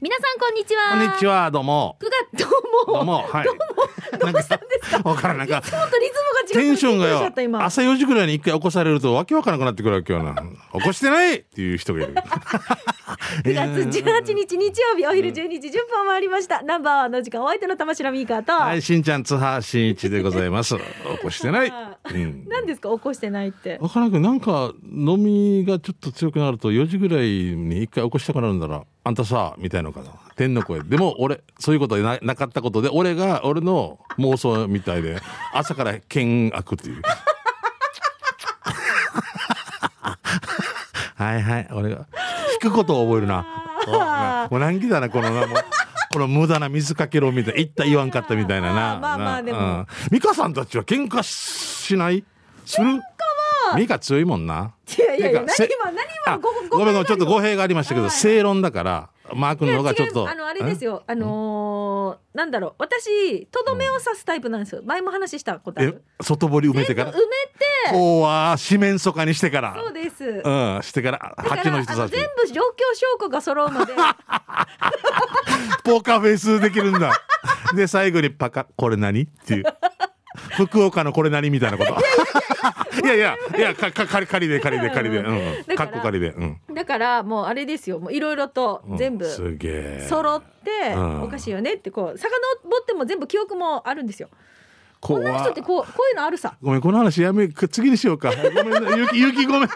皆さんこんにちはこんにちは、どうも。 9月どうもどうも、はい。なんか、わからん、なんか、ちょっとリズムが違テうンションがびっくりしちゃよった、今朝4時くらいに一回起こされると、わけわからなくなってくるわけよな。起こしてないっていう人がいる。 9月18日日曜日お昼12時10分を回りました、ナンバーワンの時間お相手の玉城ミーカーと、はい、しんちゃん、津波しんいちでございます。 起こしてない。うん。何ですか起こしてないってわからんけど、なんか、飲みがちょっと強くなると、4時ぐらいに一回起こしたくなるんだな。あんたさ、みたいなのかな。天の声。でも、俺、そういうことはななかったことで、俺が、俺の妄想みたいで、朝から剣悪っていう。 はいはい、俺が、聞くことを覚えるな。おもう難儀だな、このな、 もう。この無駄な水かけろみたいな、言った言わんかったみたいなあな。ーまあまあなでもうん美香さんたちは喧嘩しないするミカ強いもんな。いやいやいやて何かせ今何あ今ごごめんごめん、ちょっとご語弊がありましたけど、はい正論だから、マー君いやの違う方がちょっと。あのあれですよ。よあのーなんだろう私とどめを刺すタイプなんですよ前も話したことあえる、外堀埋めてか埋めらて。こうは、四面楚歌にしてから。そうです、うん、してから、だか八のら人あの差し全。部状況証拠が揃うのでポーカーフェイスできるん だ。で、最後にパカ、これ何っていう。福岡のこれ何みたいな こと。いやいや、いや、か、か、仮仮で仮で仮で。うだん。かからっこ仮で。うん。だからもうあれですよもういろいろとうん全部すげえ。揃ってうんおかしいよねってこう遡っても全部記憶もあるんですよこ女の人ってこうこういうのあるさごめん、この話やめ、く次にしようか。 ごめんな、ゆき、ゆきごめん。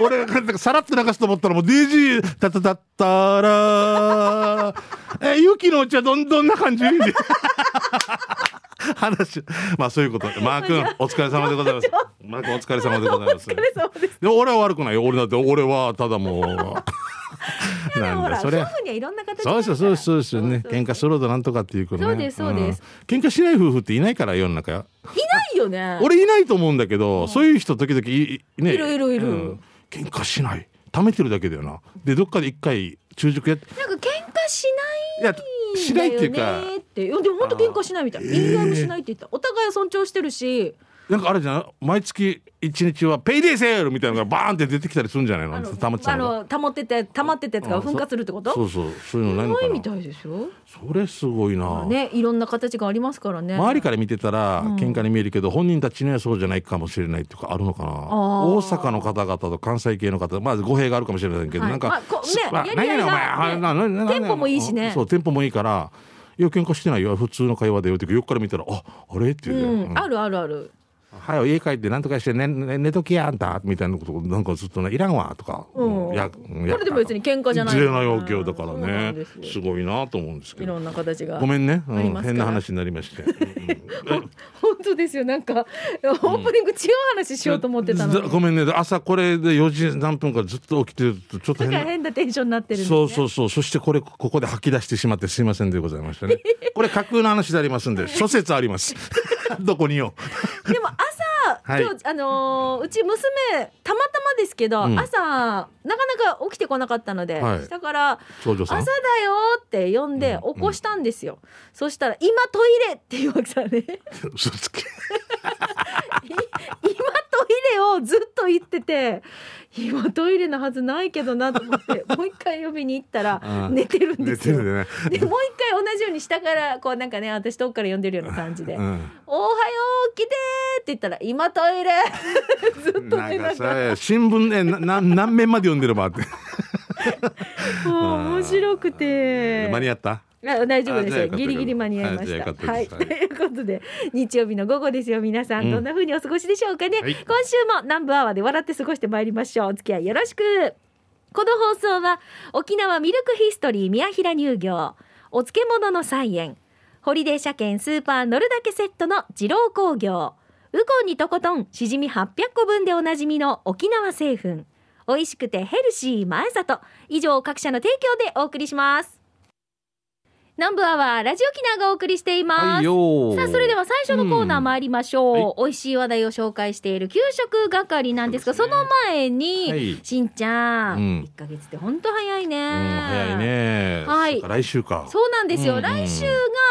俺がなんかさらっと流すと思ったらもう DJ、たたたったらえ、ゆきのお茶どんどんな感じ 話。まあそういうこと。マー君、お疲れ様でございます。マー君、お疲れ様でございます。お疲れ様ですでも俺は悪くないよ。俺だって、俺はただもう。でもなほんだ、らそ夫れ。婦にはいろんな形そうですよそうですそうですよねそうそう喧嘩するとなんとかっていうことそねうですそうです、うん喧嘩しない夫婦っていないから世の中よいないよね俺いないと思うんだけど、そういう人時々いいねいるいるいるうん喧嘩しない貯めてるだけだよなでどっかで一回中熟やってなんか喧嘩しいやないしんだないっていようかねっていやでも本当喧嘩しないみたい言い合いもしないって言ったお互いを尊重してるしなんかあれじゃない毎月一日はペイデーセールみたいなのがバーンって出てきたりするんじゃないのあたまってたのがの溜まってて溜まってたやつがうんそ噴火するってことそうそうそういうのないのないみかなたいですよそれすごいな、ねいろんな形がありますからね周りから見てたら喧嘩に見えるけど、本人たちにはそうじゃないかもしれないとかあるのかな大阪の方々と関西系の方まあ語弊があるかもしれませんけど、はいなんか、まあこうねまあやり合い何やねんお前がねあななななテンポもいいしねあそうテンポもいいから「いや喧嘩してないよ普通の会話だよ」ってよくから見たら「ああれ?」っていううね、んうんあるあるあるはい、家帰ってなんとかして寝寝寝ときやあんた」みたいなことなんかずっとね「いらんわ」とか、うんやこれでも別に喧嘩じゃないずれないわけよだからそうなねんですよすごいなと思うんですけいどろんな形がごめんね、うんありますから変な話になりまして。うんうん本当ですよなんかオープニング違う話しようと思ってたのずにごめんね朝これで4時何分かずっと起きてるとちょっとだ変からな変なテンションになってるんですねそうそうそうそしてこれここで吐き出してしまってすいませんでございまし たねこれ架空の話でありますんで諸説ありますどこによでも朝、はい今日あのーうち娘たまたまですけど、うん朝なかなか起きてこなかったので、はい下から長女朝さだよんって呼んでうん起こしたんですよ、そしたら今トイレって言うわけさね 嘘つけ今トイレをずっと言ってて今トイレのはずないけどなと思ってもう一回呼びに行ったらうん寝てるんで出すてるよ んでねでもう一回同じように下からこうなんかね私遠くから呼んでるような感じでうん「おはよう来て!」って言ったら「今トイレ! 」 ずっとなねんなかんかさ新聞ねなな何面まで読んでればってもう面白くて間に合ったあ大丈夫あじゃですあよかったギリギリ間に合いましあじゃあたよかったはい、ですということで日曜日の午後ですよ皆さん、うんどんな風にお過ごしでしょうかね、はい今週も南部アワーで笑って過ごしてまいりましょうお付き合いよろしくこの放送は沖縄ミルクヒストリー宮平乳業お漬物の菜園ホリデー車検スーパー乗るだけセットの二郎工業ウコンにとことんしじみ800個分でおなじみの沖縄製粉美味しくてヘルシー前里以上各社の提供でお送りします南部アワーラジオキナがお送りしています、はいよーさあそれでは最初のコーナー参りましょう、うんは美味しい話題を紹介している給食係なんですがそそうですねの前に、はいしんちゃん、うん1ヶ月って本当早いね、うん早いねはいそっか来週かそうなんですよ、うんうん来週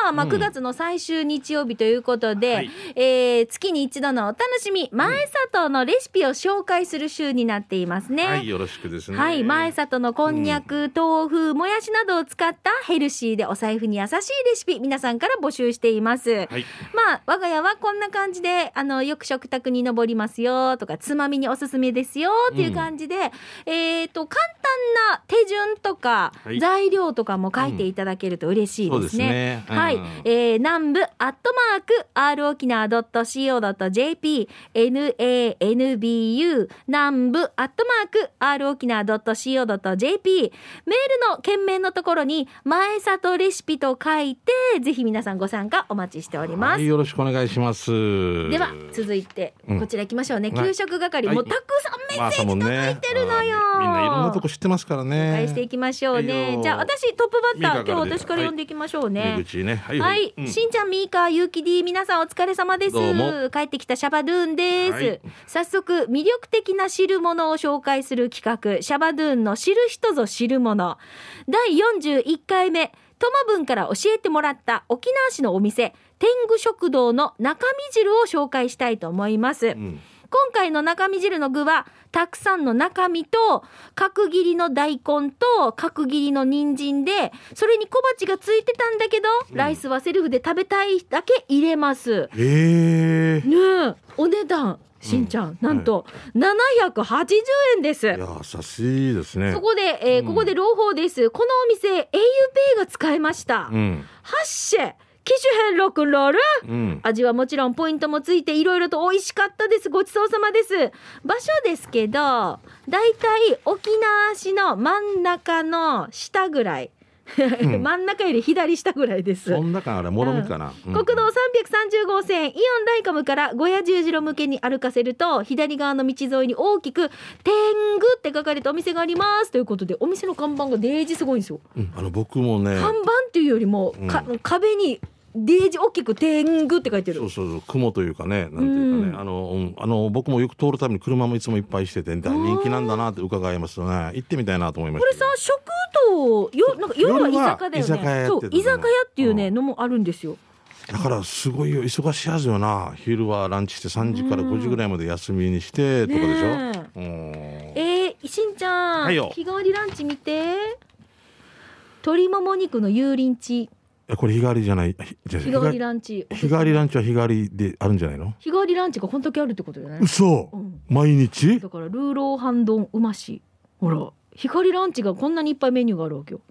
は、まあ、9月の最終日曜日ということで、はいえー月に一度のお楽しみ、前里のレシピを紹介する週になっていますね。はい、よろしくですね。はい、前里のこんにゃく、豆腐、もやしなどを使ったヘルシーでお財布に優しいレシピ、皆さんから募集しています。はい。まあ、我が家はこんな感じで、あの、よく食卓に上りますよとか、つまみにおすすめですよっていう感じで、えっ、と、簡単な手順とか、はい材料とかも書いていただけると嬉しいそうでですすね。ね。はい、うんえー、南部アットマーク r 沖縄ドット co ドット jp n a n b u 南部アットマーク r 沖縄ドット co ドット jp メールの件名のところに前里レシピと書いてぜひ皆さんご参加お待ちしておりまはす。い、よろしくお願いします。では続いてうんこちら行きましょうね、はい給食係、はいもうたくさんメッセージまあ、そうもね。入ってるのよあーみみんないろんなとこ知ってますからね。紹介していきましょういいねよじゃあ私トップバッターミカ今から日で私から呼んでいきましょうね、入り口ね。はい、はい、うんしんちゃん、みーか、ゆうき D、皆さんお疲れ様ですどうも。帰ってきたシャバドゥーンです。はい早速、魅力的な汁物を紹介する企画、シャバドゥーンの知る人ぞ知るもの。第41回目、トマブンから教えてもらった沖縄市のお店、天狗食堂の中身汁を紹介したいと思います。うん今回の中身汁の具はたくさんの中身と角切りの大根と角切りの人参でそれに小鉢がついてたんだけど、ライスはセルフで食べたいだけ入れますええねえお値段しんちゃん、なんと780円です、優しいですねそ。こで、えーうんここで朗報ですこのお店 auPay が使えました、うん、ハッシェ機種変ロックンロールうん、味はもちろんポイントもついていろいろと美味しかったですごちそうさまです場所ですけどだいたい沖縄市の真ん中の下ぐらい、ん真ん中より左下ぐらいですそんなかあれもろみかな。うん国道330号線イオンライカムから小屋十字路向けに歩かせると左側の道沿いに大きく「天狗」って書かれたお店がありますということでお店の看板がデージすごいんですよ。うんあの僕もね。看板っていうよりも、か壁にデージ大きく「天狗」って書いてるそう。そうそう雲というかねなんていうかね、うんあのうんあの僕もよく通るために車もいつもいっぱいしてて人気なんだなって伺いますね行ってみたいなと思いましこたれさ食堂よなんか夜は夜は居酒屋だよね居酒屋やってたそのう居酒屋っていうね、うのもあるんですよだからすごいよ忙しいはずよな昼はランチして3時から5時ぐらいまで休みにしてとかでしねょ、うんえー、しんちゃん、はいよ日替わりランチ見て鶏もも肉の油淋鶏えこれ日替わりじゃないひじゃあ日替わりランチ日替わりランチは日替わりであるんじゃないの日替わりランチがこんだけあるってことよね嘘、うん毎日だからルーローハン丼うましほら日替わりランチがこんなにいっぱいメニューがあるわけよ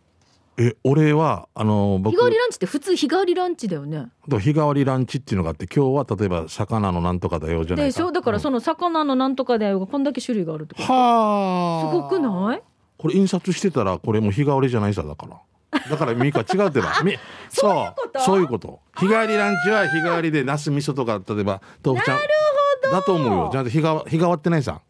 え俺はあの日僕替わりランチって普通日替わりランチだよねと日替わりランチっていうのがあって今日は例えば魚のなんとかだよじゃないかでしょだからその魚のなんとかだよがこんだけ種類があるってことはあすごくないこれ印刷してたらこれもう日替わりじゃないさだからだからミカ違うっ てばみそうことそういうこと日替わりランチは日替わりでナス味噌とか例えば豆腐ちゃんなるほどだと思うよじゃなくて日替わ日替わってないさ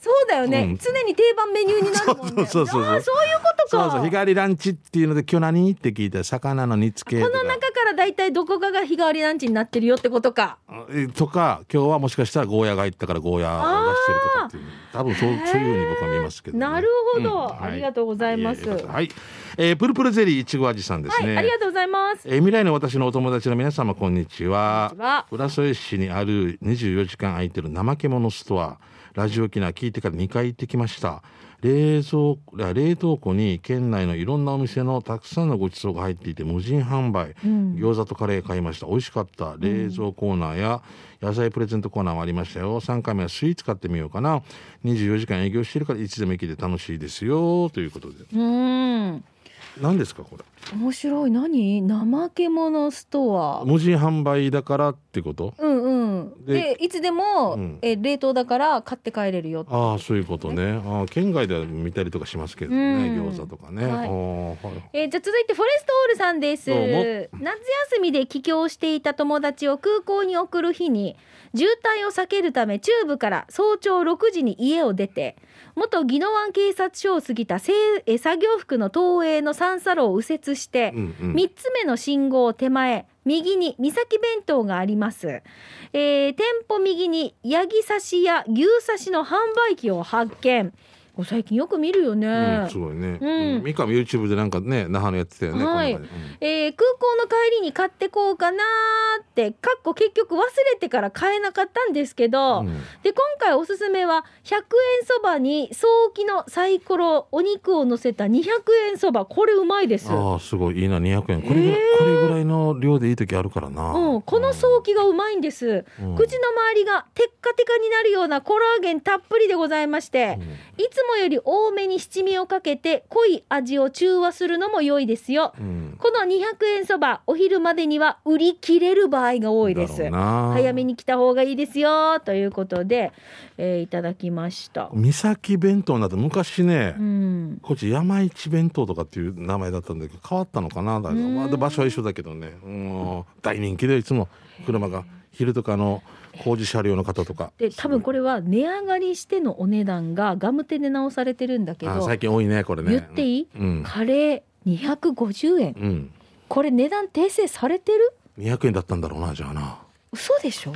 そうだよね、うん常に定番メニューになるもんねそうそうそうそうああそういうことそかうそう日替わりランチっていうので今日何って聞いたら魚の煮付けことかの中からだいたいどこかが日替わりランチになってるよってことかえとか今日はもしかしたらゴーヤが入ったからゴーヤを出してるとかっていう多分そうそういうふうに僕は見ますけどね、なるほどはいありがとうございますええはい、えープルプルゼリーいちご味さんですはい、ね、ありがとうございますえー未来の私のお友達の皆様こんにちはこんにちは浦添市にある24時間空いてる怠け者ストアラジオ機能聞いてから2回行ってきました冷蔵あ冷凍庫に県内のいろんなお店のたくさんのごちそうが入っていて無人販売、ん餃子とカレー買いました美味しかった冷蔵コーナーや野菜プレゼントコーナーもありましたよ3回目はスイーツ買ってみようかな24時間営業してるからいつでも行けて楽しいですよということでうーん何ですかこれ面白い何怠け者ストア無人販売だからってことうんうんででいつでも、うんえ冷凍だから買って帰れるよってああそういうことね。ああ県外では見たりとかしますけどね、うん餃子とかね。はいああはいえーじゃあ続いてフォレストオールさんですどうも夏休みで帰郷していた友達を空港に送る日に渋滞を避けるため中部から早朝6時に家を出て元宜野湾警察署を過ぎたせいえー作業服の東映の三差路を右折してうんうん3つ目の信号手前右に三崎弁当があります、えー店舗右にヤギ刺しや牛刺しの販売機を発見こう最近よく見るよね、うん、すごいね。うんうん三上 YouTube でなんかね、那覇のやってたよね。はいこの中でうんえー空港の帰りに買ってこうかなーってかっこ結局忘れてから買えなかったんですけど、うんで今回おすすめは100円そばに早期のサイコロお肉を乗せた200円そばこれうまいです。ああ、すごい、いいな、200円。これぐらい、へこれぐらいの量でいい時あるからな。うん、この早期がうまいんです、うん、口の周りがテッカテカになるようなコラーゲンたっぷりでございまして、いつもより多めに七味をかけて濃い味を中和するのも良いですようん。この200円そばお昼までには売り切れる場合が多いでだろすうな早め。に来た方がいいですよということで、えーいただきました、三崎弁当など、昔ねう。ん、こっち山市弁当とかっていう名前だったんだけど変わったのかなだから、うんまあ、で場所は一緒だけどねうん大人気でいつも車が昼とかあの工事車両の方とかで多分これは値上がりしてのお値段がガムテで直されてるんだけあど最近多いねこれね言っていいうん、カレー250円うん、これ値段訂正されてる200円だったんだろうなじゃあな嘘でしょ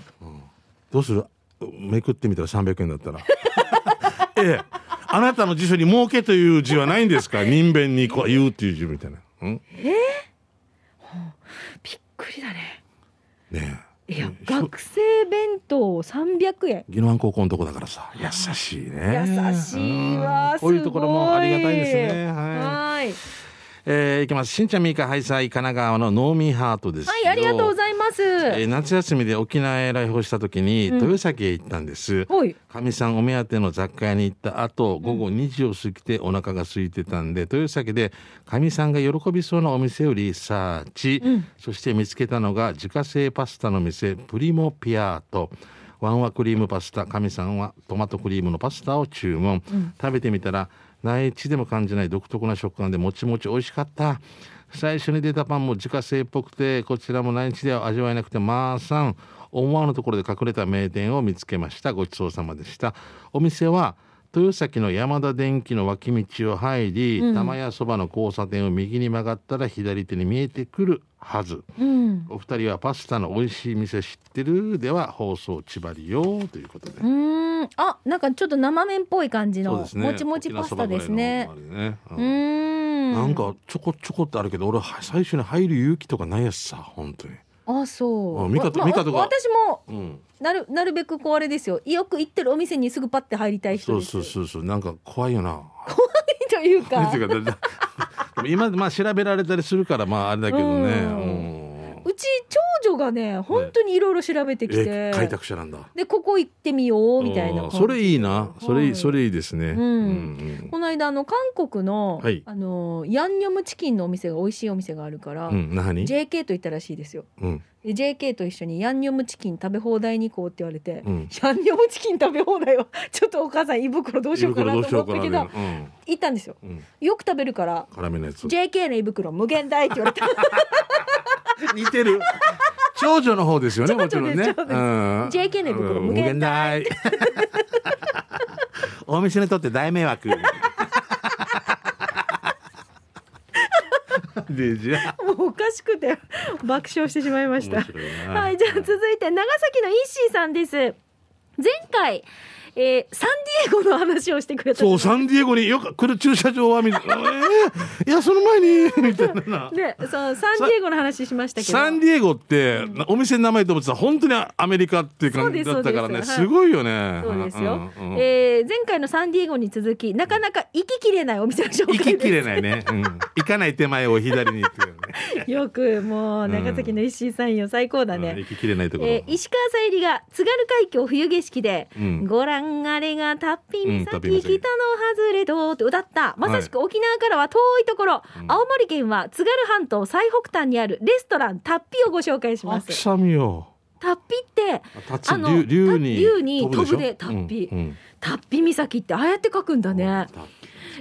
どうするめくってみたら300円だったら ええあなたの辞書に「儲け」という字はないんですか人弁にこう言うっていう字みたいな、うん、ねびっくりだねえいやうん学生弁当300円宜野湾高校のとこだからさ優しいね優しいわうんこういうところもありがたいですすごいねはい、はいえー、いきますしんちゃんみーかはいさい神奈川のノーミーハートですよはいありがとうございますえー夏休みで沖縄へ来訪した時にうん豊崎へ行ったんです、はいかみさんお目当ての雑貨屋に行った後午後2時を過ぎてお腹が空いてたんで豊崎でかみさんが喜びそうなお店をリサーチ、うんそして見つけたのが自家製パスタの店プリモピアートワンはクリームパスタかみさんはトマトクリームのパスタを注文、食べてみたら内地でも感じない独特な食感でもちもち美味しかった最初に出たパンも自家製っぽくてこちらも内地では味わえなくてまあさん思わぬところで隠れた名店を見つけましたごちそうさまでしたお店は豊崎の山田電機の脇道を入り、玉屋そばの交差点を右に曲がったら左手に見えてくるはずうんお二人はパスタの美味しい店知ってるでは放送千葉りよということでうーんあなんかちょっと生麺っぽい感じそうのですねもちもちパスタですね沖縄そばぐらいのあれねううんーんなんかちょこちょこってあるけど俺は最初に入る勇気とかないやつさ本当にあそうあミカとまあミカとか私もうんなるなるべくこうあれですよよく行ってるお店にすぐパッて入りたい人そうですそうそうそうなんか怖いよな というかって いうかだだでも今まあ調べられたりするからまああれだけどねうんうんうち長女がね本当にいろいろ調べてきて、え開拓者なんだでここ行ってみようみたいなう感んじそれいいなそれいはいいそれいいですねんこの間あの韓国の、はいあのヤンニョムチキンのお店が美味しいお店があるから、うんうん何 JK と行ったらしいですようんで JK と一緒にヤンニョムチキン食べ放題に行こうって言われて、うんヤンニョムチキン食べ放題はちょっとお母さん胃袋どうしようかな胃袋どうしとよ思ったうかけなどみたいな行ったんですようんうんよく食べるから辛めのやつ JK の胃袋無限大って言われ た似 てる長女の方ですよねもちろんね長女ですうん JK の袋うん無限 大お店にとって大迷惑でじゃあもうおかしくて爆笑してしまいました面白いなはい、じゃあ続いて長崎のイッシーさんです。前回、えーサンディエゴの話をしてくれたそうサンディエゴによく来る駐車場はみえーいやその前にみたいななで、そうサンディエゴの話しましたけど。サンディエゴって、なお店の名前と思ってたら本当にアメリカっていう感じだったからそうねですすそうですはいごいよねそうですよ、うんうんうんえー前回のサンディエゴに続きなかなか行ききれないお店の紹行介ききでれないね、うん、行かない手前を左に行ってるよねすよくもう長崎のイッシーさんよ最高だね、うん行ききれないところ、えー石川さゆりが津軽海峡冬景色で「うんご覧あれがたっぴ岬、うん北の外れど」って歌ったまさしく沖縄からは遠いところ、うん青森県は津軽半島最北端にあるレストランたっぴをご紹介しまあ、す。臭みよ。たっぴってあ立あつの竜竜にた竜にしょ飛ぶでタッピうんうんたっぴ岬ってああやって書くんだね、タッピ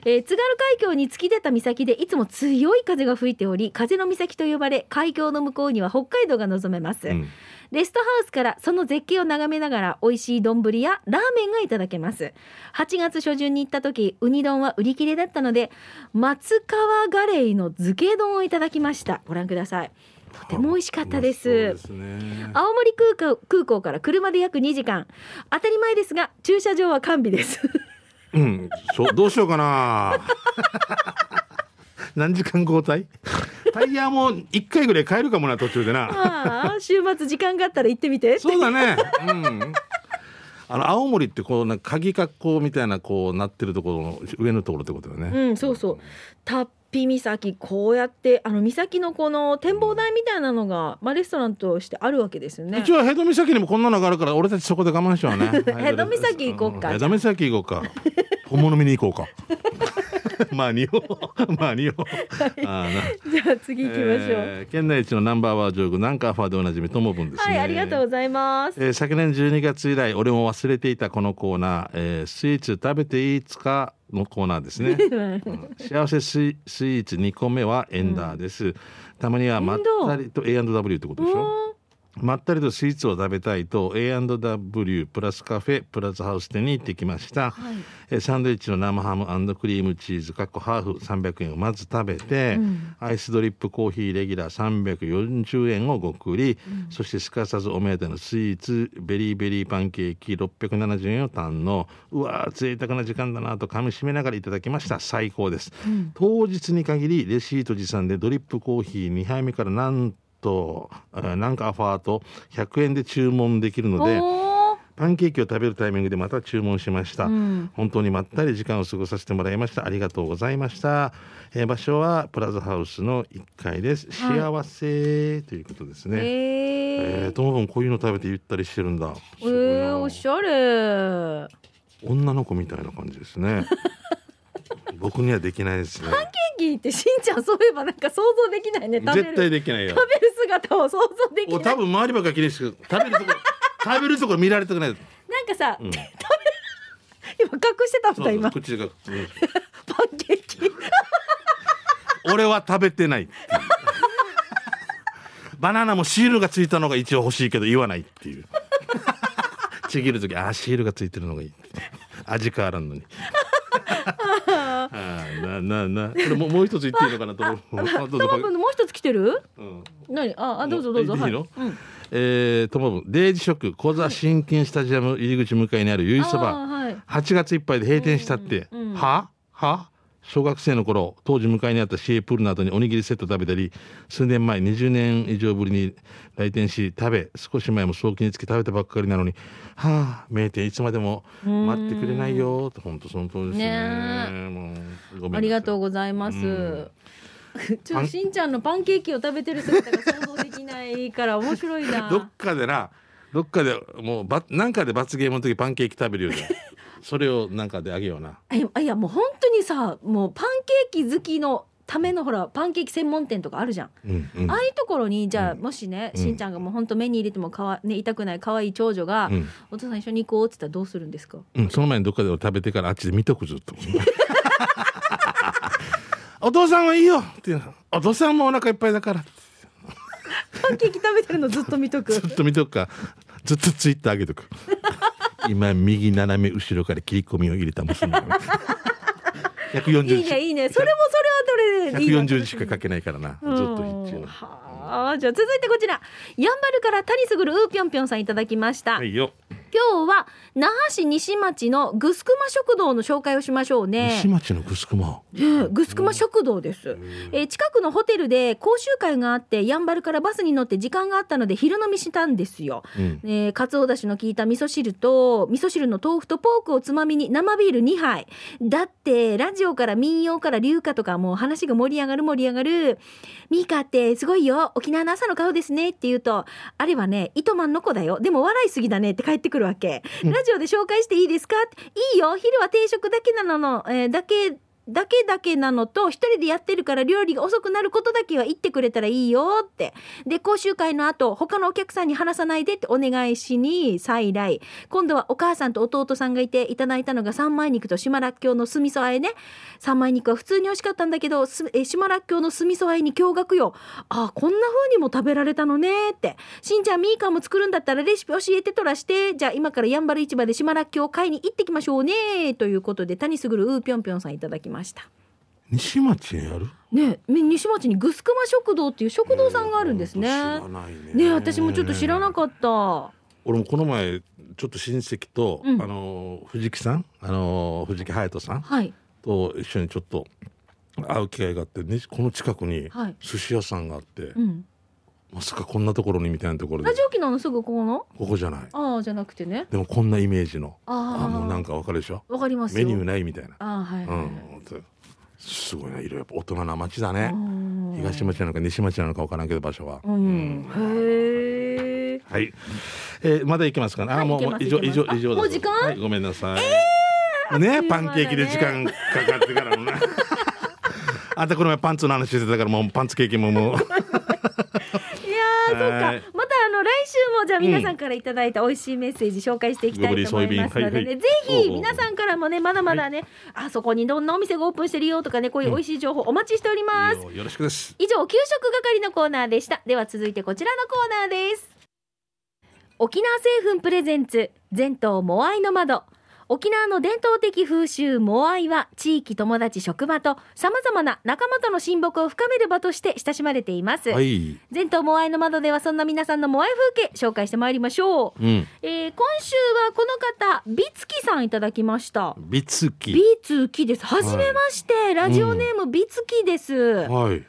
えー津軽海峡に突き出た岬でいつも強い風が吹いており風の岬と呼ばれ海峡の向こうには北海道が望めます、うんレストハウスからその絶景を眺めながら美味しい丼やラーメンがいただけます8月初旬に行った時ウニ丼は売り切れだったので松川ガレイの漬け丼をいただきましたご覧くださいとても美味しかったですあそうですね。青森空港空港から車で約2時間当たり前ですが駐車場は完備ですうん、しょどうしよう かな何時間交代 タイヤも1回ぐらい変えるかもな途中でな ああ、週末時間があったら行ってみて。そうだね。 うん。あの青森ってこうなんか鍵格好みたいなこうなってるところの上のところってことだよね。うん、そうそう。タッピ岬、こうやって、あの岬のこの展望台みたいなのが、まあ、レストランとしてあるわけですよ ね。一応ヘド岬にもこんなのがあるから俺たちそこで我慢しようね。 ヘド岬行こうかうんヘド岬行こ うか。本物見に行こうか。 まあ日本まあ日本。ああなじゃあ、次行きましょう。えー県内一のナンバーワージョーグナンカーファーでおなじみともぶんですね。はい、ありがとうございます。えー昨年12月以来俺も忘れていたこのコーナー、えースイーツ食べていいつかのコーナーですね、うん幸せスイスイーツ2個目はエンダーです、たまにはまったりと A&W ってことでしょまったりとスイーツを食べたいと A&W プラスカフェプラスハウス店に行ってきました、えーサンドイッチの生ハムクリームチーズかっこハーフ300円をまず食べて、アイスドリップコーヒーレギュラー340円をごくり、そしてすかさずお目当てのスイーツベリーベリーパンケーキ670円を堪能うわー贅沢な時間だなと噛みしめながらいただきました最高です、当日に限りレシート持参でドリップコーヒー2杯目からなんとえーなんかアファーと100円で注文できるのでおーパンケーキを食べるタイミングでまた注文しました、うん本当にまったり時間を過ごさせてもらいましたありがとうございました、えー場所はプラザハウスの1階ですはい幸せということですえね、えーーともぶんこういうの食べてゆったりしてるんだえー、おしゃれ。女の子みたいな感じで すね僕にはできないですねケーキってしんちゃんそういえばなんか想像できないね。食べ絶対るできないよ食べる姿を想像できおない。多分周りばっかり気にしてる食べると こ食べるとこ見られたくないなんかさ、 ん食べる今隠してたんだ今こっちがうんパンケーキ。俺は食べてないっていうバナナもシールがついたのが一応欲しいけど言わないっていうちぎる時ああシールがついてるのがいい味変わらんのにああなななこれももう一つ言っていいのかな と思うあどうぞ多分もう一つ来てる？うん何？ああどうぞどうぞいいはい。のうんえー、ともぶんデイジ食小座新金スタジアム入り口向かいにあるゆいそばあーはい8月いっぱいで閉店したって、うんうんはは小学生の頃当時向かいにあったシエプールなどにおにぎりセット食べたり数年前20年以上ぶりに来店し食べ少し前も早期につき食べたばっかりなのにはあ名店いつまでも待ってくれないよと本当その通りですよねねもうごめんなさいありがとうございまうすん。ちょっとしんちゃんのパンケーキを食べてる姿が想像できないから面白いな。どっかでなどっかでもうばなんかで罰ゲームの時パンケーキ食べるよ じゃんそれをなんかであげようなえあいやもう本当にさもうパンケーキ好きのためのほらパンケーキ専門店とかあるじゃん、うんうんああいうところにじゃあもしね、うんしんちゃんがもう本当目に入れてもかわ、ね、痛くない可愛い長女が、うんお父さん一緒に行こうって言ったらどうするんですか うん、その前にどっかで食べてからあっちで見とくずっとお父さんはいいよっていうお父さんもお腹いっぱいだからパンケーキ食べてるのずっと見とく ずっと見とくかずっとツイッター上げとく今右斜め後ろから切り込みを入れた娘がいい140ね字いいねそれもそれはどれでいいの140字しか書けないからなずっと一うん応はあじゃあ続いてこちらやんばるから谷すぐるうーぴょんぴょんさんいただきました、はいよ今日は那覇市西町のぐすくま食堂の紹介をしましょうね西町のグスクマええぐすくま食堂です、えー近くのホテルで講習会があってやんばるからバスに乗って時間があったので昼飲みしたんですよ、うんえー、かつおだしの効いた味噌汁と味噌汁の豆腐とポークをつまみに生ビール2杯だってラジオから民謡から流歌とかもう話が盛り上がる盛り上がるミーカーってすごいよ沖縄の朝の顔ですねって言うとあれはね糸満の子だよでも笑いすぎだねって帰ってくるわけラジオで紹介していいですかっていいよ昼は定食だけなのの、えーだけだけだけなのと一人でやってるから料理が遅くなることだけは言ってくれたらいいよってで講習会の後他のお客さんに話さないでってお願いしに再来今度はお母さんと弟さんがいていただいたのが三枚肉と島らっきょうの酢味噌和えね三枚肉は普通に美味しかったんだけどすえ島らっきょうの酢味噌和えに驚愕よああこんな風にも食べられたのねってしんちゃんみーかんも作るんだったらレシピ教えてとらしてじゃあ今からやんばる市場で島らっきょうを買いに行ってきましょうねということで谷すぐるうーぴょんぴょんさんいただきました西町へやるねえみ西町にぐすくま食堂っていう食堂さんがあるんですね知らないねねえ私もちょっと知らなかった俺もこの前ちょっと親戚と、うんあの藤木さんあの藤木隼人さんはい。と一緒にちょっと会う機会があってねこの近くにはい寿司屋さんがあって、うん。まさかこんなところにみたいなところでラジオ機能のすぐここの。ここじゃないああ、じゃなくてね。でもこんなイメージのあああ。もうなんか。かわかるでしょわかりますメよ。ニューないみたいな、ああ、はい、うはいん、すごいないろいろやっぱ大人な街だね、はい。東町なのか西町なのかわからんけど場所は、うん。うん。へえ。はい、えー、まだ行けますかね、はあいもういけもうます以上いけ以ます上以上あもう時間はい、ごめんなさい、あっとねいう間パだねンケーキで時間かかってから もなあんたこの前パンツの話してたからもうパンツケーキももいうやはーいそうかまたあの来週もじゃあ皆さんからいただいた美味しいメッセージ紹介していきたいと思いますのでね、うんゴブリぜソイビンはいはいひ皆さんからもねまだまだね、あそこにどんなお店がオープンしてるよとかねこういう美味しい情報お待ちしております、いいよよろしくです以上給食係のコーナーでしたでは続いてこちらのコーナーです沖縄製粉プレゼンツ全島モアイの窓沖縄の伝統的風習モアイは地域友達職場とさまざまな仲間との親睦を深める場として親しまれています、はい全島モアイの窓ではそんな皆さんのモアイ風景紹介してまいりましょう、うんえー今週はこの方美月さんいただきました美月美月ですはじめまして、ラジオネーム美月です、はい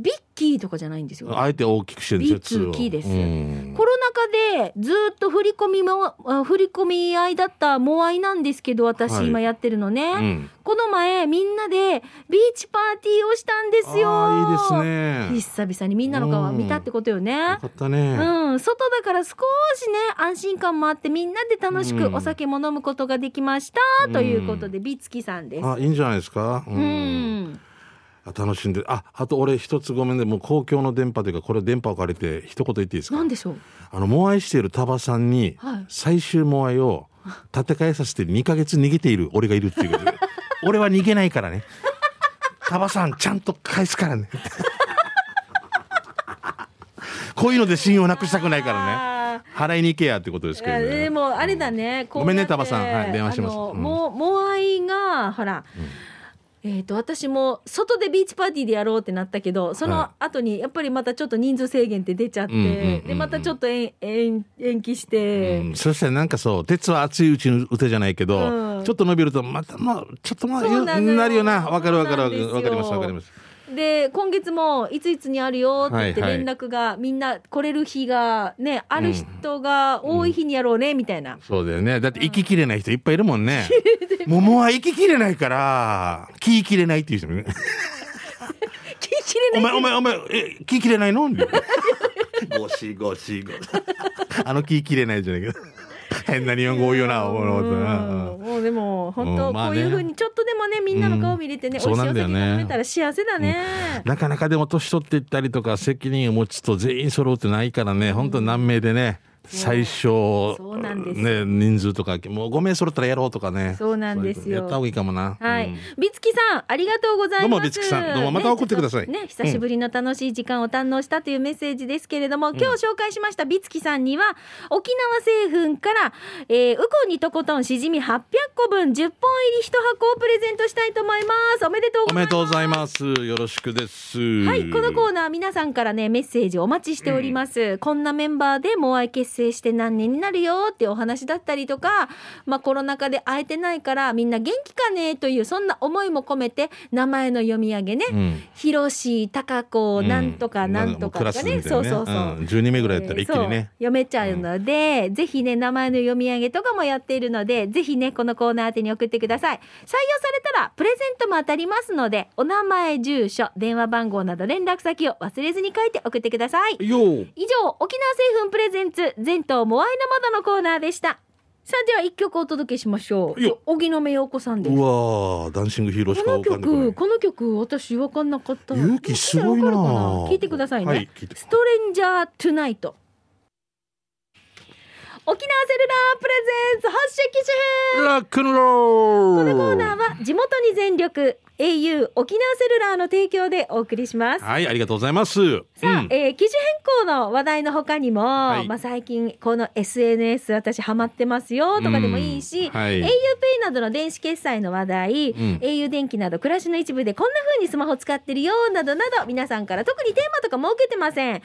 ビッキーとかじゃないんですよあえて大きくしてるんです B2 よキーですうんコロナ禍でずっと振り込みもあ振り込み合いだったモアイなんですけど私はい今やってるのね、うんこの前みんなでビーチパーティーをしたんですよああいいですね久々にみんなの顔を見たってことよねよかったね、うん、外だから少しね安心感もあってみんなで楽しうくんお酒も飲むことができました、うんということで美月さんです。あいいんじゃないですかううんん、あ楽しんでああと俺一つごめんねもう公共の電波というかこれ電波を借りて一言言っていいですかなんでしょう。あのモアイしているタバさんにはい最終モアイを建て替えさせて2ヶ月逃げている俺がいるっていうこ とで俺は逃げないからねタバさんちゃんと返すからね こういうので信用なくしたくないからねらね。払いに行けやってことですけどいやねでもあれだね。こうごめんねやってタバさんはい電話しますあのうんもうモアイがほら。えー、と私も外でビーチパーティーでやろうってなったけどそのは後にやっぱりまたちょっと人数制限って出ちゃって、うんうんうんうんでまたちょっと延延延期して、うん、そしたらなんかそう鉄は熱いうちに打てじゃないけど、うんちょっと伸びるとまたまあちょっとまあそうなのよなるよなわかるわかるそうなわかんでするよわかりますわかりますで今月もいついつにあるよって言ってはいはい連絡が、みんな来れる日がねある人が多い日にやろうねみたいな、そうだよねだって息きれない人いっぱいいるもんね桃は息きれないから気きれないっていう人 もい る聞ききれなおい前お前お前え気きれないのみたいな ゴシゴシゴシ あの気きれないじゃないけど変な日本語多いよな思う思うなうんもうでも本う当んまあこねういうふうにちょっとでもねみんなの顔見れてね、美うん味しいおそうなんだ酒よ飲ねめたら幸せだね、なかなかでも年取っていったりとか責任を持つと全員揃うってないからね、本当に難命でね、最小そうなんですね、人数とか、もう5名揃ったらやろうとかね。そうなんですよやった方がいいかもな。はういん、美月さんありがとうございますどうも美月さんどうもまた送ってくださいねちょっとね久しぶりの楽しい時間を堪能したというメッセージですけれども、今日紹介しました美月さんには沖縄製粉から、えー、ウコンにとことんしじみ800個分10本入り1箱をプレゼントしたいと思いますおめでとうごおざめいでますとうございます。よろしくです。はい、このコーナー皆さんからねメッセージお待ちしております、こんなメンバーでモアイ結成して何年になるよっていうお話だったりとか、まあ、コロナ禍で会えてないからみんな元気かねというそんな思いも込めて名前の読み上げねうん。ひろし、たかこ、なんとか、なんとかとかね、うんそうそうそう。ん12名ぐらいやったら一気にえーそうね。読めちゃうので、ぜひね名前の読み上げとかもやっているのでぜひねこのコーナー宛てに送ってください採用されたらプレゼントも当たりますのでお名前住所電話番号など連絡先を忘れずに書いて送ってくださいよう。以上沖縄製粉プレゼンツ全島モアイの窓のコーナーでしたさあでは一曲お届けしましょうよっ荻野目洋子さんですうわーダンシングヒーローしこかのわかんない曲、。この曲、私分かんなかった。勇気すごいなみんわかるかな聞いてくださいね。はい聞いてストレンジャートゥナイト。沖縄セルラープレゼンツ発射機種編。ラックンローこのコーナーは地元に全力 au 沖縄セルラーの提供でお送りします。はい、ありがとうございます。さあ、うんえー記事変更の話題の他にも、いまあ最近この SNS 私ハマってますよとかでもいいし、うんはい auPay などの電子決済の話題、ん au 電気など暮らしの一部でこんな風にスマホ使ってるよなどなど皆さんから特にテーマとか設けてません。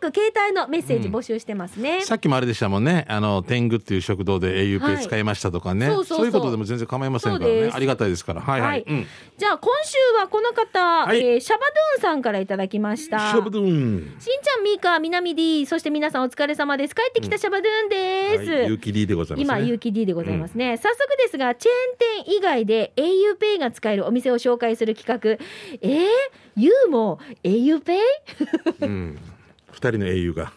広く携帯のメッセージ募集してますね。さっきもあれでしたもんね。あの、天狗っていう食堂で au ペはいイ使いましたとかね、そうそうそういうことでも全然構いませんからそうねで。すありがたいですから。はいはい。はいうん。シじゃあ今週はこの方、はいえーシャバドゥーンさんからいただきました。ャブドゥン。しんちゃん、みーか、みなみ D、そして皆さんお疲れ様です。帰ってきたシャバドゥーンです。はい、ゆうきりでございま今す、ね。有機 D でございますね、早速ですがチェーン店以外で auPay が使えるお店を紹介する企画えー、ユーも auPay? うん。二人の英雄が。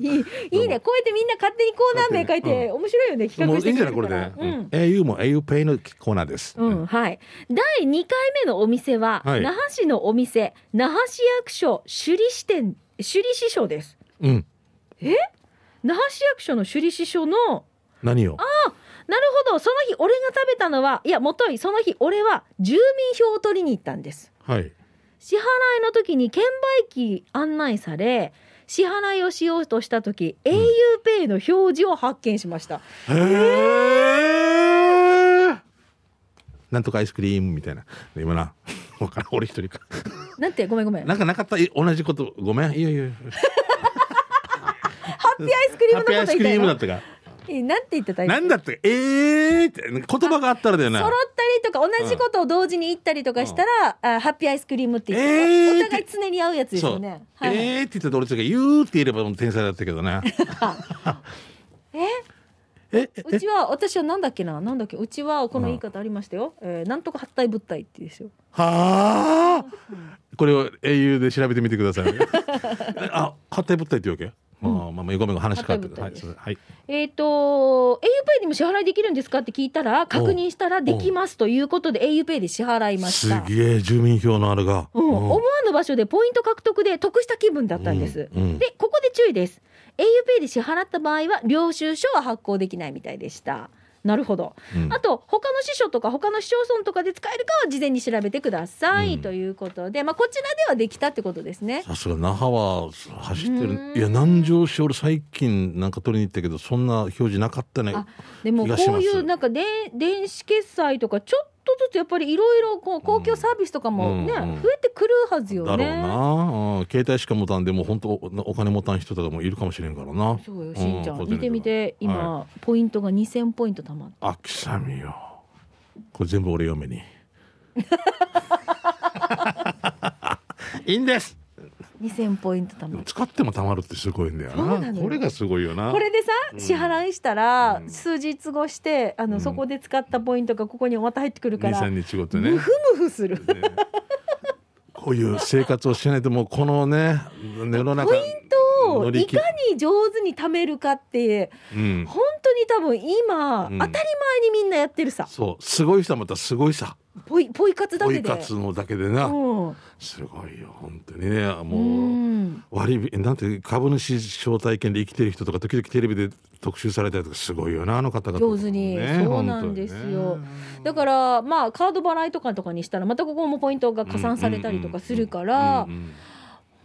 いいいいねこうやってみんな勝手にコーナー名書いて、面白いよね企も画うしいいてんくじゃれるないこからうれで、んうん au も au ペイのコーナーです。うん、はい。第2回目のお店は、はい那覇市のお店、那覇市役所首里支店、首里支所です。うん。那覇市役所の首里支所の何をなるほどその日俺が食べたのはいやもといその日俺は住民票を取りに行ったんですはい。支払いの時に券売機案内され支払いをしようとした時、auPay の表示を発見しましたへーなんとかアイスクリームみたいな。今な。わからん。俺一人か。なんてごめんごめんハなんかなかった。い同じこと。ごめん。いやいや。ッピーアイスクリーハムッピーのこアイとスク言いたいリームだのったか。えなんて言ってたなんだって、えーって、言葉があったらだよな揃っ。たりとか同じことを同時に言ったりとかしたら、あハッピーアイスクリームって言って、えーお互い常に合うやつですそよう。ね、はいえーって言ったら俺たちが言うって言えればもう天才だったけどね。 ええうちは私はなんだっけななんだっけうちはこの言い方ありま したよ、えーなんとか発体物体って言うんですよはあこれを英雄で調べてみてくださ いね。あ、発体物体って言うわけあーまあまあごめんごめん話変わってる。は発体物体ですいそれはい。えっ、と、auPay でも支払いできるんですかって聞いたら、確認したらできますということで auPay で支払いますした。げえ住民票のあれが。うん、思うわんぬ場所でポイント獲得で得した気分だったんです。うんうんで、ここで注意です。auPay で支払った場合は、領収書は発行できないみたいでした。なるほど。うんあと、他の支所とか、他の市町村とかで使えるかは事前に調べてください、うんということで、まあ、こちらではできたってことですね。さすが那覇は走ってうーんる。いや南城市俺最近なんか取りに行ったけどそんな表示なかったね。あでも気がしこまうすいうなんかで電子決済とかちょっとずつやっぱりいろいろこう公共サービスとかもね、うんうん増えてくるはずよだろうね。な、うん、携帯しか持たんでもう本当おお金持たん人とかもいるかもしれんからなそうよんしんちゃん、こうや見ってみて今、はポイントが2000ポイントたまってあくしゃみよこれ全部俺 嫁にいいんです2000ポイントたまって使ってもたまるってすごいんだよそうななのよこれがすごいよなこれでさ支払いしたらうん数日後してあの、うんそこで使ったポイントがここにまた入ってくるから、 23日後ってねムフムフする。ね こういう生活をしないともうこのね世の中ポイントを乗いり切かに上手に貯めるかってうん、本当に多分今、うん当たり前にみんなやってるさそうすごい人はまたすごいさポイポイ活だ追けいで。かつのだけでな、うんすごいよ本当にねもう、うん割引なんて株主招待券で生きてる人とか時々テレビで特集されたりとかすごいよなあの方々も上ね、手に、そうなんですよ、だからまあカード払いとかとかにしたらまたここもポイントが加算されたりとかするから、本当にね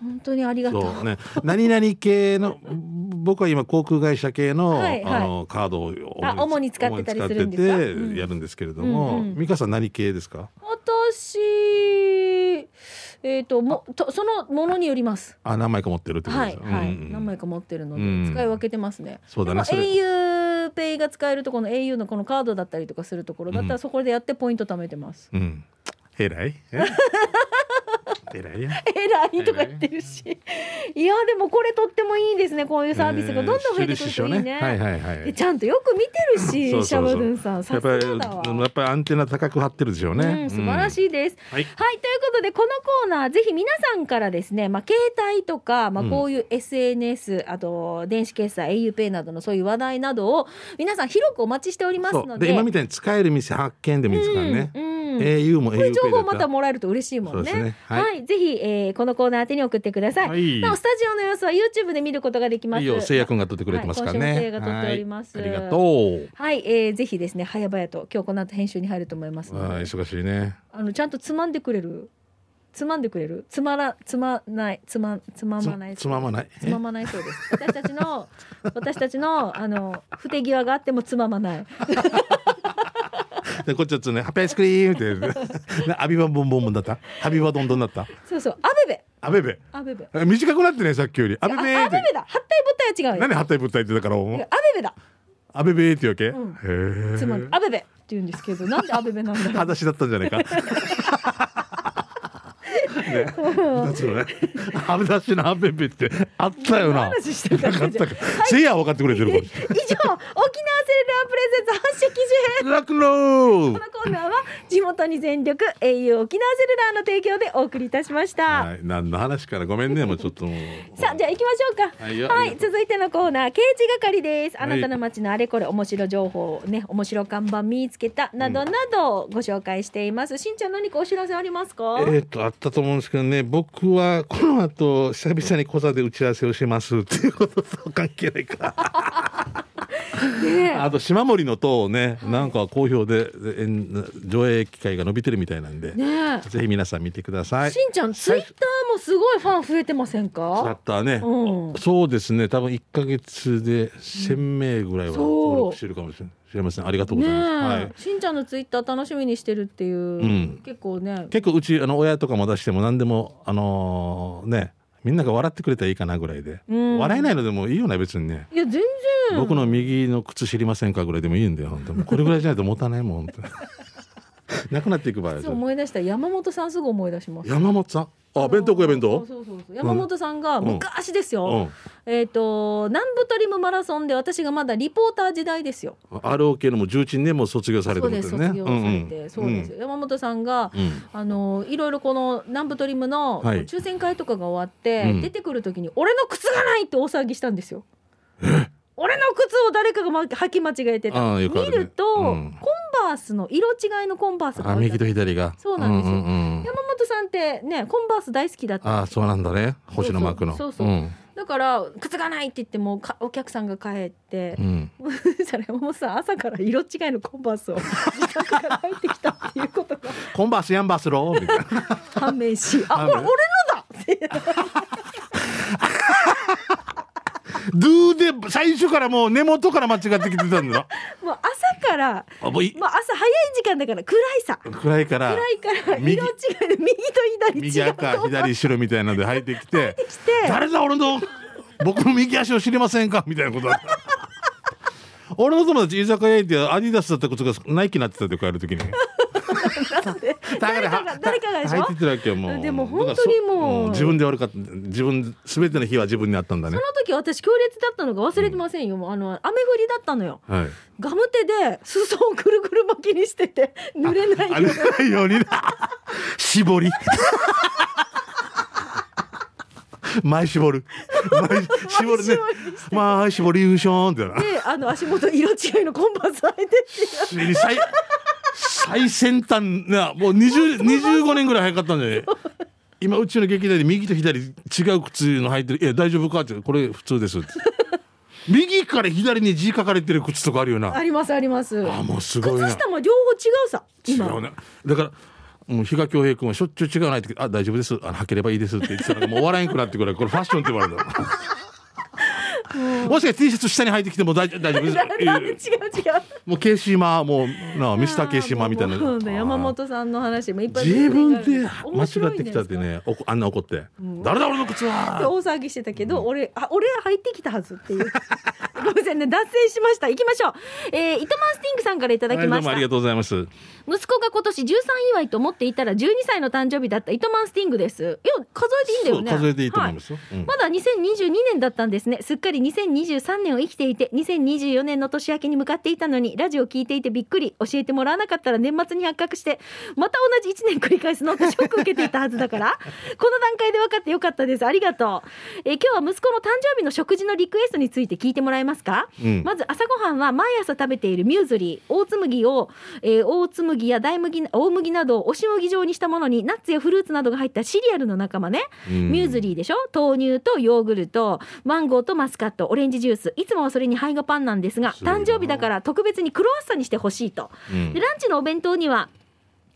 本当にありうがんうんうんうんそとうね何々系の僕は今航空会社系の,、はいはいあのカードをあ主に使ってたりするんですか主に使っててうんやるんですけれども、うんうん美香さん何系ですかう私えっ、ともとそのものによりますあ何枚か持ってるってことはでいすか、はい、うんうん何枚か持ってるので、うん使い分けてますねそうだでもねそれ au ペイが使えるとこの au のこのカードだったりとかするところだったうらんそこでやってポイント貯めてます、うん偉いえ偉いや 偉いとか言ってるし、いやでもこれとってもいいですねこういうサービスがどんどん増えてくるといいね,、はいはいはいでちゃんとよく見てるしそうそうそうシャバドゥンさんさすがだわ、やっぱりアンテナ高く張ってるでしょうね。うん、素晴らい。しいです、はい。はいということでこのコーナーぜひ皆さんからですね、まあ、携帯とか、まあ、うんこういう SNS、あと電子決済 auPay などのそういう話題などを皆さん広くお待ちしておりますそのう。でで今みたいに使える店発見でもいいですからね。うんうん au も au こういう情報をペイまだたったもらえると嬉しいもんね。そうですねは、はいいはい、ぜひ、えーこのコーナー宛てに送ってください。はいなお、スタジオの様子は YouTube で見ることができます。いいよ、せいやくんが撮ってくれてますからね。はい今週もせいやが撮っておりますはいありがとはい、えーぜひですね、早々と、今日この後編集に入ると思いますう。のではい、忙しいね。あの、ちゃんとつまんでくれる。つまんでくれる。つまら、つまない、つま、つままない。つつままない。つままないそうです。私たちの、私たちの、あの、不手際があってもつままない。で、こっちはつね、ハッピーアイスクリームって。 ねアビバボンボンボンだった。ハビバドンドンだった。そうそう、アベアベベ。ベ。アベベ。え短くなってね、さっきより。アベベあーアっベてベ。だ。発体物体は違うよ。何、ハッタイブッタイってだから、いやアベベだ。アベベーっていうわけ。へんえ。つまり、アベベって言うんですけど、なんでアベベなんだろう。裸足だったんじ ゃないか。ね、夏のね、裸足のアベベってあったよな。話してたなだかっけじゃたんか。せいやは分かってくれてる以上、沖縄セルラープレゼンツ発射記事編。もん。楽のこのコーナーは地元に全力 au 沖縄セルラーの提供でお送りいたしました、はい、何の話からごめんねもうちょっともうさあじゃあ行きましょうかはいよありがとう続いてのコーナー刑事係ですあはいなたの街のあれこれ面白情報ね面白看板見つけたなどなどご紹介しています、しんちゃん何かお知らせありますか、えっ、とあったと思うんですけどね僕はこの後久々に小座で打ち合わせをしますっていうことと関係ないかねえあと島森の塔をね、なんか好評でえん上映機会が伸びてるみたいなんで、ねぜひ皆さん見てくださえいしんちゃんツイッターもすごいファン増えてませんだかったね、うんそうですね多分1か月で1000名ぐらいは登録してるかもしれ知れませんありがとうごねざえいます、はい、しんちゃんのツイッター楽しみにしてるっていう、ん結構ね結構うちあの親とかも出しても何でもあのーねみんなが笑ってくれたらいいかなぐらいで、うん笑えないのでもいいよな別にね、いや全然僕の右の靴知りませんかぐらいでもいいんだよ本 当もうこれぐらいじゃないと持たないもん本当になくなっていく場合はそう思い出した山本さんすぐ思い出します山本さんあ弁当食え弁当そうそうそう山本さんがうん昔ですよ、うんえっ、と南部トリムマラソンで私がまだリポーター時代ですよ ROK のもう11年も卒業されてそうるですす卒業されて、そうですよ、山本さんが、うんあのいろいろこの南部トリムのはい抽選会とかが終わって、うん出てくる時に「俺の靴がない!」って大騒ぎしたんですよ。俺の靴を誰かがま履き間違えてたああよくあ見るねると、うんコンバースの色違いのコンバースがあ置いてあ右ってと左がそうなんですよううん山本さんってねコンバース大好きだったああそうなんだね星のマークのそうそうそうだから「靴がない!」って言ってもかお客さんが帰ってう、んうん そしたら山本さん朝から色違いのコンバースを自宅から入ってきたっていうことがコンバースヤンバースローみたいな判明し「あ判こ明れ俺のだ!」って ドゥで最初からもう根元から間違ってきてたんだ ろもう朝から、あもういまあ、朝早い時間だから暗いさ暗いから暗いから色違い右で右と右左違うコンバー赤ス左白みたいなので入ってきて来て誰だ俺の僕の右足を知りませんかみたいなことだった 俺の友達居酒屋行ってアディダスだったことがナイキになってたって帰るときに 誰かが誰かがでし入ょってってるわけよもうでも本当にもうだからそん自分で悪かった自分全ての日は自分にあったんだねその時私強烈だったのが忘れてませんよ、もうあの雨降りだったのよはいガム手で裾をくるくる巻きにしてて濡れないよあうにれないようにな絞り前絞る前絞るね前絞り優勝ってなであの足元色違いのコンバース履いてっていう 最最先端なもう20 25年ぐらい早かったんじゃない今うちの劇団で右と左違う靴の履いてる「いや大丈夫か?」って「これ普通です」って右から左に字書かれてる靴とかあるよなありますありますあもうすごいな靴下も両方違うさ違今 うねだからもう比嘉恭平君はしょっちゅう違うないって「あ大丈夫ですあの履ければいいです」って言ってたのがもう笑えんくなってくるこれファッションって言われたもしかして T シャツ下に履いてきても大丈夫大丈夫 でだだ違う違うすもうケーシーマーもうなあミスターケーシーマーみたいなもうもう山本さんの話もいっぱい自分で間面白違っいてねきたってねおこあんな怒って「誰だ俺の靴大は!騒ぎしてたけど、俺あ俺入ってきたはずっていう ごめんなさいね脱線しました行きましょう、えー、糸満スティングさんからいた」だはきいどまうしもた、ありがとうございます息子が今年13祝いと思っていたら12歳の誕生日だった糸満スティングですいや数えていいんだよねそう数えていいと思いますよはうんまだ2022年だったんですねすっかり2023年を生きていて2024年の年明けに向かっていたのにラジオ聞いていてびっくり教えてもらわなかったら年末に発覚してまた同じ1年繰り返すのってシ ョック受けていたはずだからこの段階で分かってよかったですありがとう、えー今日は息子の誕生日の食事のリクエストについて聞いてもらいますますか、うんまず朝ごはんは毎朝食べているミューズリー、大麦を、えー大麦や大麦、大麦などを押し麦状にしたものにナッツやフルーツなどが入ったシリアルの仲間ね。うんミューズリーでしょ豆乳とヨーグルト、マンゴーとマスカット、オレンジジュース。いつもはそれにハイガパンなんですが、すごいな誕生日だから特別にクロワッサンにしてほしいと。うんでランチのお弁当には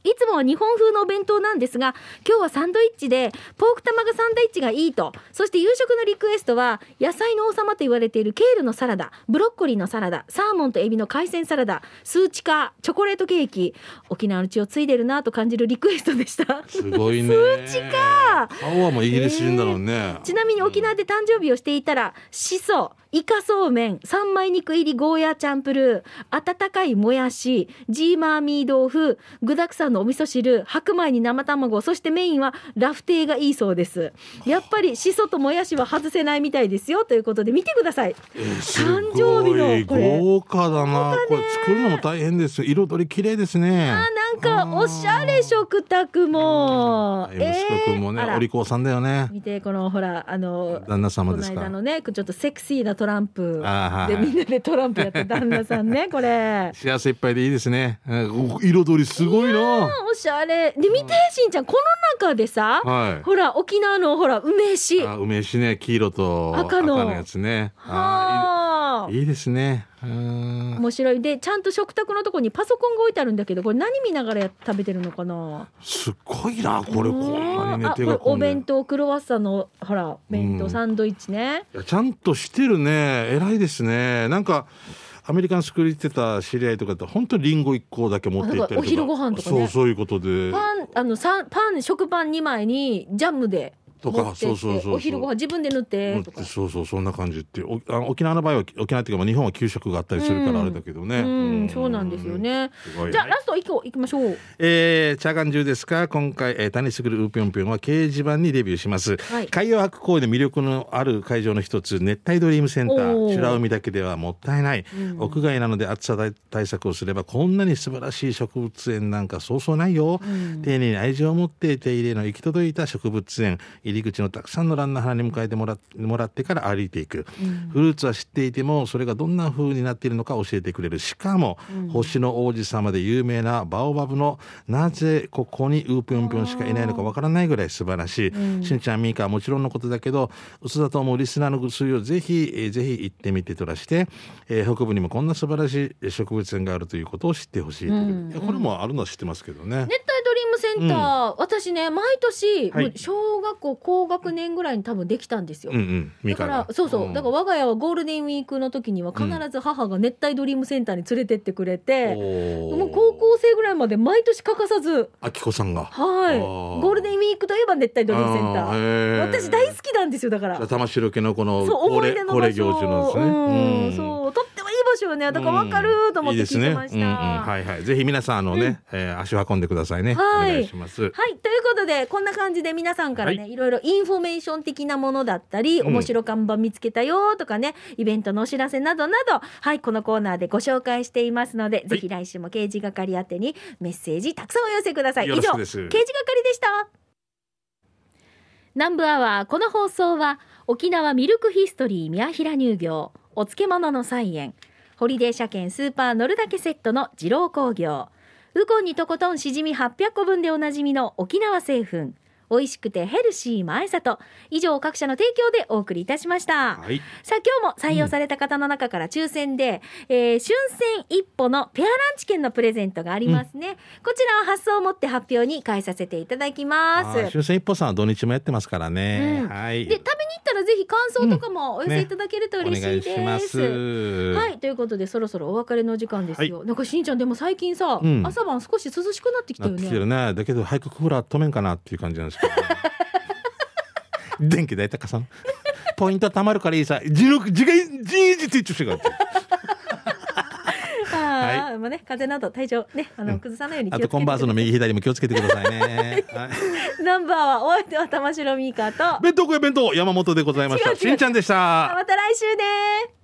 いつもは日本風のお弁当なんですが今日はサンドイッチでポーク玉がサンドイッチがいいとそして夕食のリクエストは野菜の王様と言われているケールのサラダブロッコリーのサラダサーモンとエビの海鮮サラダ数値化チョコレートケーキ沖縄の血を継いでるなと感じるリクエストでした。 すごいね。数値か顔はもうイギリス人だろうね。ちなみに沖縄で誕生日をしていたら、しそ、イカそうめん、三枚肉入りゴーヤーチャンプルー、温かいもやし、ジーマーミー豆腐、具沢山のお味噌汁、白米に生卵、そしてメインはラフテーがいいそうです。やっぱりしそともやしは外せないみたいですよということで、見てください。誕生日のすごこれい豪華だな。これ作るのも大変ですよ。彩り綺麗ですね。あなんかおしゃれ食卓も。息子くんもね、えーあらお利口さんだよね。見てこのほらあの旦那様こでのす間か。のねちょっとセクシーなトランプあーではいはいみんなでトランプやって旦那さん ねこれ。幸せいっぱいでいいですね。うんお彩りすごいな。おしゃれで見てしんちゃんこの中でさ、はい。ほら沖縄のほら梅酒あ、梅酒ね、黄色と赤のやつね。はああーいいいいですね。うん面白いでちゃんと食卓のとこにパソコンが置いてあるんだけどこれ何見ながらや食べてるのかなすっごいな、これ、こんなにあね、こ手れが込おんで。弁当クロワッサンのほら弁当サンドイッチね、いやちゃんとしてるね偉いですねなんかアメリカンスクール行ってた知り合いとかって本当にリンゴ一個だけ持って行っあたりとかなんかお昼ご飯とかねそうそういうことでパンあのさパン食パン2枚にジャムで持とってかってそうそうそうそうお昼ご飯自分で塗ってとかうんそうそうそんな感じっていうおあの沖縄の場合は沖縄っていうかまあ日本は給食があったりするかうらんあれだけどねうん、そうなんですよね。すごいじゃあ、はいラスト一個行きましょう。えー、チャーガン中ですか今回、えー、谷卓ウーぴょんぴょんは掲示板にデビューします、はい海洋博公園の魅力のある会場の一つ熱帯ドリームセンターおー白海だけではもったいない、屋外なので暑さ対策をすればこんなに素晴らしい植物園なんかそうそうないよ、丁寧に愛情を持って手入れの行き届いた植物園入り口のたくさんのランナー花に迎えてもらもらってから歩いていく、フルーツは知っていてもそれがどんな風になっているのか教えてくれるしかも、星の王子様で有名なバオバブのなぜここにウーぴょんぴょんしかいないのかわからないぐらい素晴らしい、しんちゃんみーかはもちろんのことだけど薄田と思うリスナーのぐすいをぜひ、えーぜひ行ってみてとらして、えー北部にもこんな素晴らしい植物園があるということを知ってほしい,、いやこれもあるのは知ってますけどね熱帯ドリームセンター、私ね、毎年、はいもう小学校高学年ぐらいに多分できたんですよ。うんうんみだーかからら、そうそう、んだから我が家はゴールデンウィークの時には必ず母が熱帯ドリームセンターに連れてってくれて、おーもう高校生ぐらいまで毎年欠かさず、あきこさんがはい、あーゴールデンウィークといえば熱帯ドリームセンタあー。ーへー私大好きなんですよ、だから。玉城家のこのそう恒思い例出の恒場例所行事なんですね。うんうんそうとってもいい場所よねだから分かると思って聞いてました、いいですね。うんうんはいはい。ぜひ皆さんあのね、えー足を運んでくださいね。はいお願いします。はい。ということで、こんな感じで皆さんからね、、はいろいろインフォメーション的なものだったり、うん面白看板見つけたよとかね、イベントのお知らせなどなど、はい、このコーナーでご紹介していますので、ぜひ来週も刑事係宛てにメッセージたくさんお寄せください。よ以ろし上、刑くで事す係でした。南部アワー、この放送は、沖縄ミルクヒストリー宮平乳業、お漬物の菜園、ホリデー車検スーパー乗るだけセットの二郎工業、ウコンにとことんしじみ800個分でおなじみの沖縄製粉、美味しくてヘルシー前里、以上各社の提供でお送りいたしました。はい。さあ今日も採用された方の中から抽選で、えー春戦一歩のペアランチ券のプレゼントがありますね、こちらは発送をもって発表に返させていただきますはい。終戦一歩さんは土日もやってますからね。うんはい。で食べに行ったらぜひ感想とかもお寄せいただけるとお嬉し願いいしで、ますす。はいということでそろそろお別れの時間ですよ、なんかしんちゃんでも最近さ、うん朝晩少し涼しくなってきたなよってねきてるね。だけど早くクーラー止めんかなっていう感じなんで すけど、電気代高さん。ポイント貯まるからいいさ。自力自害人事って言っちゃうしかない。あーまあね風邪など体調ねあの崩さないように気をあつけとてコンバースの右左も気をつけてくださいね。はいナンバーはお相手は玉城ミーカと弁当小屋弁当山本でございました。違う違うしんちゃんでした。また来週ね